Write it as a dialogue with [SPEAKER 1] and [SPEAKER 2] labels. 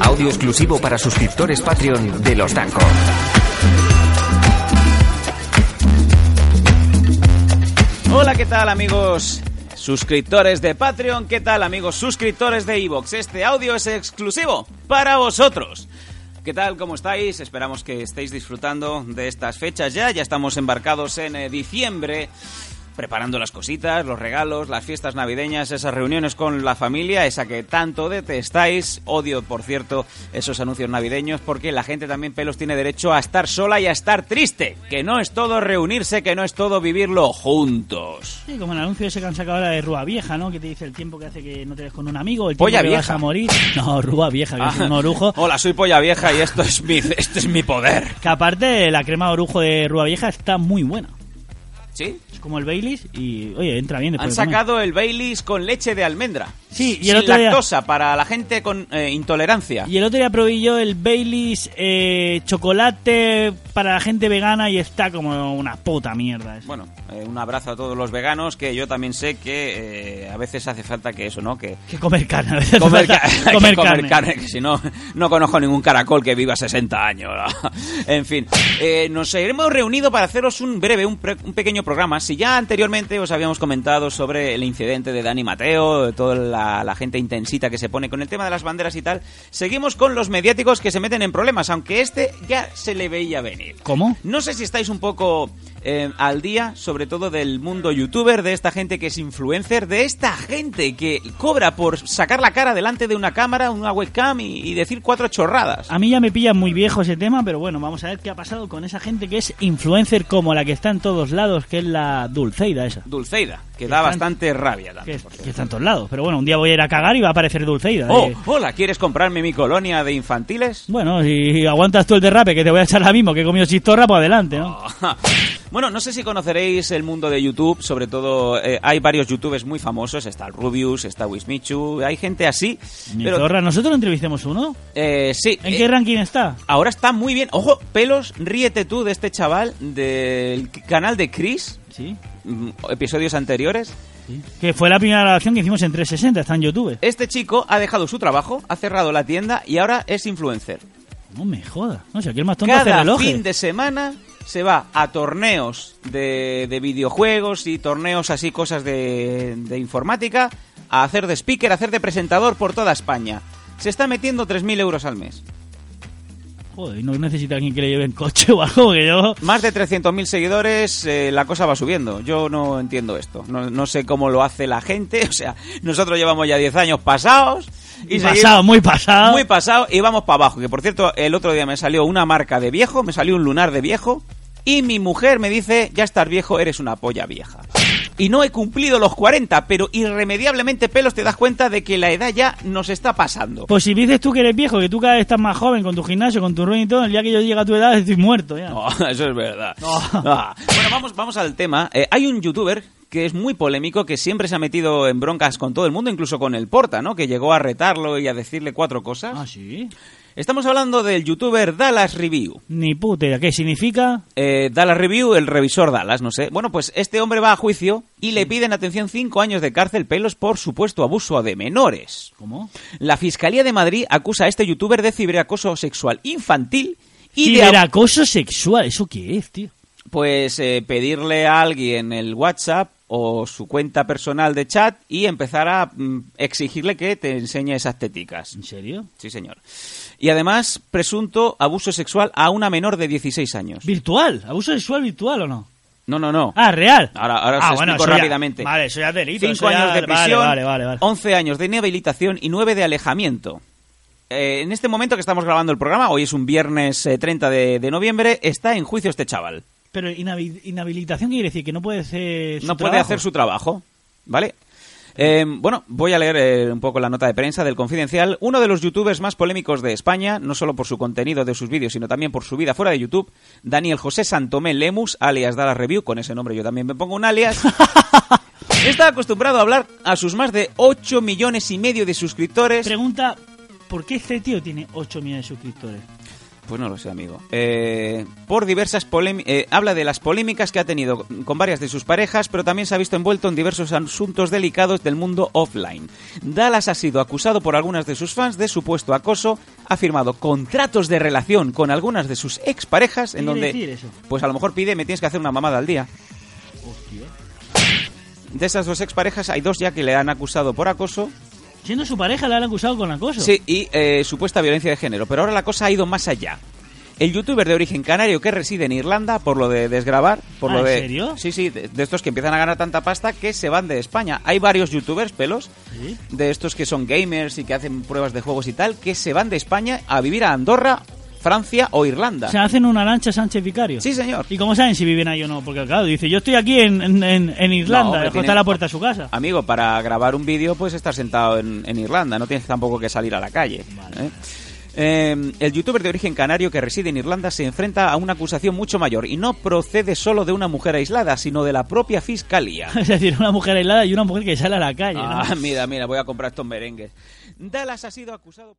[SPEAKER 1] audio exclusivo para suscriptores Patreon de Los Danco.
[SPEAKER 2] Hola, ¿qué tal amigos? Suscriptores de Patreon, ¿qué tal amigos? Suscriptores de Evox, este audio es exclusivo para vosotros. ¿Qué tal? ¿Cómo estáis? Esperamos que estéis disfrutando de estas fechas ya. Ya estamos embarcados en eh, diciembre, preparando las cositas, los regalos, las fiestas navideñas, esas reuniones con la familia, esa que tanto detestáis. Odio, por cierto, esos anuncios navideños porque la gente también pelos tiene derecho a estar sola y a estar triste. Que no es todo reunirse, que no es todo vivirlo juntos.
[SPEAKER 3] Sí, como el anuncio ese que han sacado ahora de Rúa Vieja, ¿no? Que te dice el tiempo que hace que no te des con un amigo, el tiempo
[SPEAKER 2] Polla
[SPEAKER 3] que vas
[SPEAKER 2] vieja. Ah. Oh.
[SPEAKER 3] a morir. No, Rúa Vieja, que es un orujo.
[SPEAKER 2] Hola, soy polla vieja y esto es mi, esto es mi poder.
[SPEAKER 3] Que aparte, la crema de orujo de Rúa Vieja está muy buena.
[SPEAKER 2] ¿Sí? pues
[SPEAKER 3] Es como el Baileys y, oye, entra bien.
[SPEAKER 2] Han
[SPEAKER 3] después de comer.
[SPEAKER 2] sacado el Baileys con leche de almendra.
[SPEAKER 3] Pues Sí, y
[SPEAKER 2] Sin
[SPEAKER 3] el otro día-
[SPEAKER 2] lactosa para la gente con eh, intolerancia.
[SPEAKER 3] Y el otro día probé yo el Baileys eh, chocolate para la gente vegana y está como una puta mierda. eso.
[SPEAKER 2] Bueno, eh, un abrazo a todos los veganos, que yo también sé que eh, a veces hace falta que eso, ¿no? Que
[SPEAKER 3] que comer carne. a veces
[SPEAKER 2] comer,
[SPEAKER 3] hace
[SPEAKER 2] ca-
[SPEAKER 3] falta
[SPEAKER 2] hay que
[SPEAKER 3] comer
[SPEAKER 2] comer carne, que si no, no conozco ningún caracol que viva 60 años. ¿no? En fin, eh, nos hemos reunido para haceros un breve, un, pre- un pequeño programa. Si ya anteriormente os habíamos comentado sobre el incidente de Dani Mateo, de toda la, la gente intensita que se pone con el tema de las banderas y tal, seguimos con los mediáticos que se meten en problemas, aunque este ya se le veía venir.
[SPEAKER 3] ¿Cómo?
[SPEAKER 2] No sé si estáis un poco eh, al día, sobre todo del mundo youtuber, de esta gente que es influencer, de esta gente que cobra por sacar la cara delante de una cámara, una webcam y, y decir cuatro chorradas.
[SPEAKER 3] A mí ya me pilla muy viejo ese tema, pero bueno, vamos a ver qué ha pasado con esa gente que es influencer como la que está en todos lados, que es la Dulceida esa.
[SPEAKER 2] Dulceida, que da
[SPEAKER 3] están-
[SPEAKER 2] bastante rabia. tanto,
[SPEAKER 3] Que, es-
[SPEAKER 2] por
[SPEAKER 3] que
[SPEAKER 2] cierto.
[SPEAKER 3] está en todos lados. Pero bueno, un día voy a ir a cagar y va a aparecer Dulceida.
[SPEAKER 2] Oh,
[SPEAKER 3] eh.
[SPEAKER 2] hola, ¿quieres comprarme mi colonia de infantiles?
[SPEAKER 3] Bueno, si aguantas tú el derrape que te voy a echar ahora mismo, que he comido chistorra, pues adelante, ¿no?
[SPEAKER 2] Ajá. Bueno, no sé si conoceréis el mundo de YouTube, sobre todo eh, hay varios youtubers muy famosos, está el Rubius, está Wismichu, hay gente así,
[SPEAKER 3] Ni
[SPEAKER 2] pero
[SPEAKER 3] zorra. ¿Nosotros entrevistemos uno?
[SPEAKER 2] eh, sí,
[SPEAKER 3] ¿En
[SPEAKER 2] eh,
[SPEAKER 3] qué ranking está?
[SPEAKER 2] Ahora está muy bien. Ojo, pelos, ríete tú de este chaval del canal de Chris,
[SPEAKER 3] Sí.
[SPEAKER 2] mm, episodios anteriores.
[SPEAKER 3] Que fue la primera grabación que hicimos en 360, está en YouTube.
[SPEAKER 2] Este chico ha dejado su trabajo, ha cerrado la tienda y ahora es influencer.
[SPEAKER 3] No me joda. No sé, aquí el más tonto hace
[SPEAKER 2] Cada
[SPEAKER 3] relojes.
[SPEAKER 2] fin de semana se va a torneos de, de videojuegos y torneos así, cosas de, de informática, a hacer de speaker, a hacer de presentador por toda España. Se está metiendo 3.000 euros al mes.
[SPEAKER 3] Joder, no necesita alguien que le lleve en coche o algo, que yo...
[SPEAKER 2] Más de 300.000 seguidores, eh, la cosa va subiendo. Yo no entiendo esto. No, no sé cómo lo hace la gente. O sea, nosotros llevamos ya 10 años pasados. Y seguimos
[SPEAKER 3] pasado, muy pasado.
[SPEAKER 2] Muy pasado y vamos para abajo. Que por cierto, el otro día me salió una marca de viejo, me salió un lunar de viejo. Y mi mujer me dice, ya estás viejo, eres una polla vieja. Y no he cumplido los 40, pero irremediablemente, pelos, te das cuenta de que la edad ya nos está pasando.
[SPEAKER 3] Pues si me dices tú que eres viejo, que tú cada vez estás más joven con tu gimnasio, con tu ruin y todo, el día que yo llegue a tu edad estoy muerto ya.
[SPEAKER 2] No, eso es verdad.
[SPEAKER 3] No.
[SPEAKER 2] Ah. Bueno, vamos, vamos al tema. Eh, hay un youtuber que es muy polémico, que siempre se ha metido en broncas con todo el mundo, incluso con el Porta, ¿no? Que llegó a retarlo y a decirle cuatro cosas.
[SPEAKER 3] Ah, sí.
[SPEAKER 2] Estamos hablando del youtuber Dallas Review.
[SPEAKER 3] Ni puta idea. ¿Qué significa?
[SPEAKER 2] Eh, Dallas Review, el revisor Dallas, no sé. Bueno, pues este hombre va a juicio y le piden, atención, cinco años de cárcel pelos por supuesto abuso de menores.
[SPEAKER 3] ¿Cómo?
[SPEAKER 2] La Fiscalía de Madrid acusa a este youtuber de ciberacoso sexual infantil y de ab-
[SPEAKER 3] Ciberacoso sexual. ¿Eso qué es, tío?
[SPEAKER 2] Pues eh, pedirle a alguien el WhatsApp o su cuenta personal de chat y empezar a mm, exigirle que te enseñe esas teticas.
[SPEAKER 3] ¿En serio?
[SPEAKER 2] Sí, señor. Y además, presunto abuso sexual a una menor de 16 años.
[SPEAKER 3] ¿Virtual? ¿Abuso sexual virtual o no?
[SPEAKER 2] No, no, no.
[SPEAKER 3] Ah, real.
[SPEAKER 2] Ahora- ahora os
[SPEAKER 3] ah, bueno,
[SPEAKER 2] explico
[SPEAKER 3] eso ya-
[SPEAKER 2] rápidamente.
[SPEAKER 3] Vale, eso ya es delito.
[SPEAKER 2] Cinco
[SPEAKER 3] eso ya-
[SPEAKER 2] años de
[SPEAKER 3] vale,
[SPEAKER 2] prisión,
[SPEAKER 3] Vale, vale, vale.
[SPEAKER 2] 11 años de inhabilitación y 9 de alejamiento. Eh, en este momento que estamos grabando el programa, hoy es un viernes eh, 30 de, de noviembre, está en juicio este chaval.
[SPEAKER 3] Pero inhabi- inhabilitación quiere decir que no puede hacer Eh, su
[SPEAKER 2] no puede
[SPEAKER 3] trabajo?
[SPEAKER 2] hacer su trabajo, ¿vale? Eh, bueno, voy a leer eh, un poco la nota de prensa del Confidencial. Uno de los youtubers más polémicos de España, no solo por su contenido de sus vídeos, sino también por su vida fuera de YouTube, Daniel José Santomé Lemus, alias Dallas Review, con ese nombre yo también me pongo un alias, está acostumbrado a hablar a sus más de 8 millones y medio de suscriptores.
[SPEAKER 3] Pregunta, ¿por qué este tío tiene 8 millones de suscriptores?
[SPEAKER 2] Pues no lo sé, amigo. Eh, por diversas polem- eh, habla de las polémicas que ha tenido con varias de sus parejas, pero también se ha visto envuelto en diversos asuntos delicados del mundo offline. Dallas ha sido acusado por algunas de sus fans de supuesto acoso, ha firmado contratos de relación con algunas de sus exparejas, en
[SPEAKER 3] ¿Qué quiere
[SPEAKER 2] donde,
[SPEAKER 3] decir eso?
[SPEAKER 2] pues a lo mejor pide, me tienes que hacer una mamada al día. De esas dos exparejas hay dos ya que le han acusado por acoso
[SPEAKER 3] Siendo su pareja la han acusado con acoso.
[SPEAKER 2] Sí, y eh, supuesta violencia de género. Pero ahora la cosa ha ido más allá. El youtuber de origen canario que reside en Irlanda, por lo de desgrabar, por
[SPEAKER 3] Ah,
[SPEAKER 2] lo
[SPEAKER 3] ¿en
[SPEAKER 2] de.
[SPEAKER 3] serio?
[SPEAKER 2] Sí, sí, de, de estos que empiezan a ganar tanta pasta que se van de España. Hay varios youtubers, pelos,
[SPEAKER 3] Sí.
[SPEAKER 2] de estos que son gamers y que hacen pruebas de juegos y tal, que se van de España a vivir a Andorra, Francia o Irlanda.
[SPEAKER 3] O sea, hacen una lancha Sánchez Vicario.
[SPEAKER 2] sí, señor.
[SPEAKER 3] ¿Y cómo saben si viven ahí o no? Porque claro, dice, yo estoy aquí en, en- en- en
[SPEAKER 2] No, hombre,
[SPEAKER 3] Irlanda, dejó
[SPEAKER 2] tiene- Ah.
[SPEAKER 3] está la puerta a su casa.
[SPEAKER 2] Amigo, para grabar un vídeo puedes estar sentado en, en Irlanda, no tienes tampoco que salir a la calle. ¿eh? Eh, el youtuber de origen canario que reside en Irlanda se enfrenta a una acusación mucho mayor y no procede solo de una mujer aislada, sino de la propia fiscalía.
[SPEAKER 3] Es decir, una mujer aislada y una mujer que sale a la calle. ¿no?
[SPEAKER 2] Ah, mira, mira, voy a comprar estos merengues. Dallas ha sido acusado.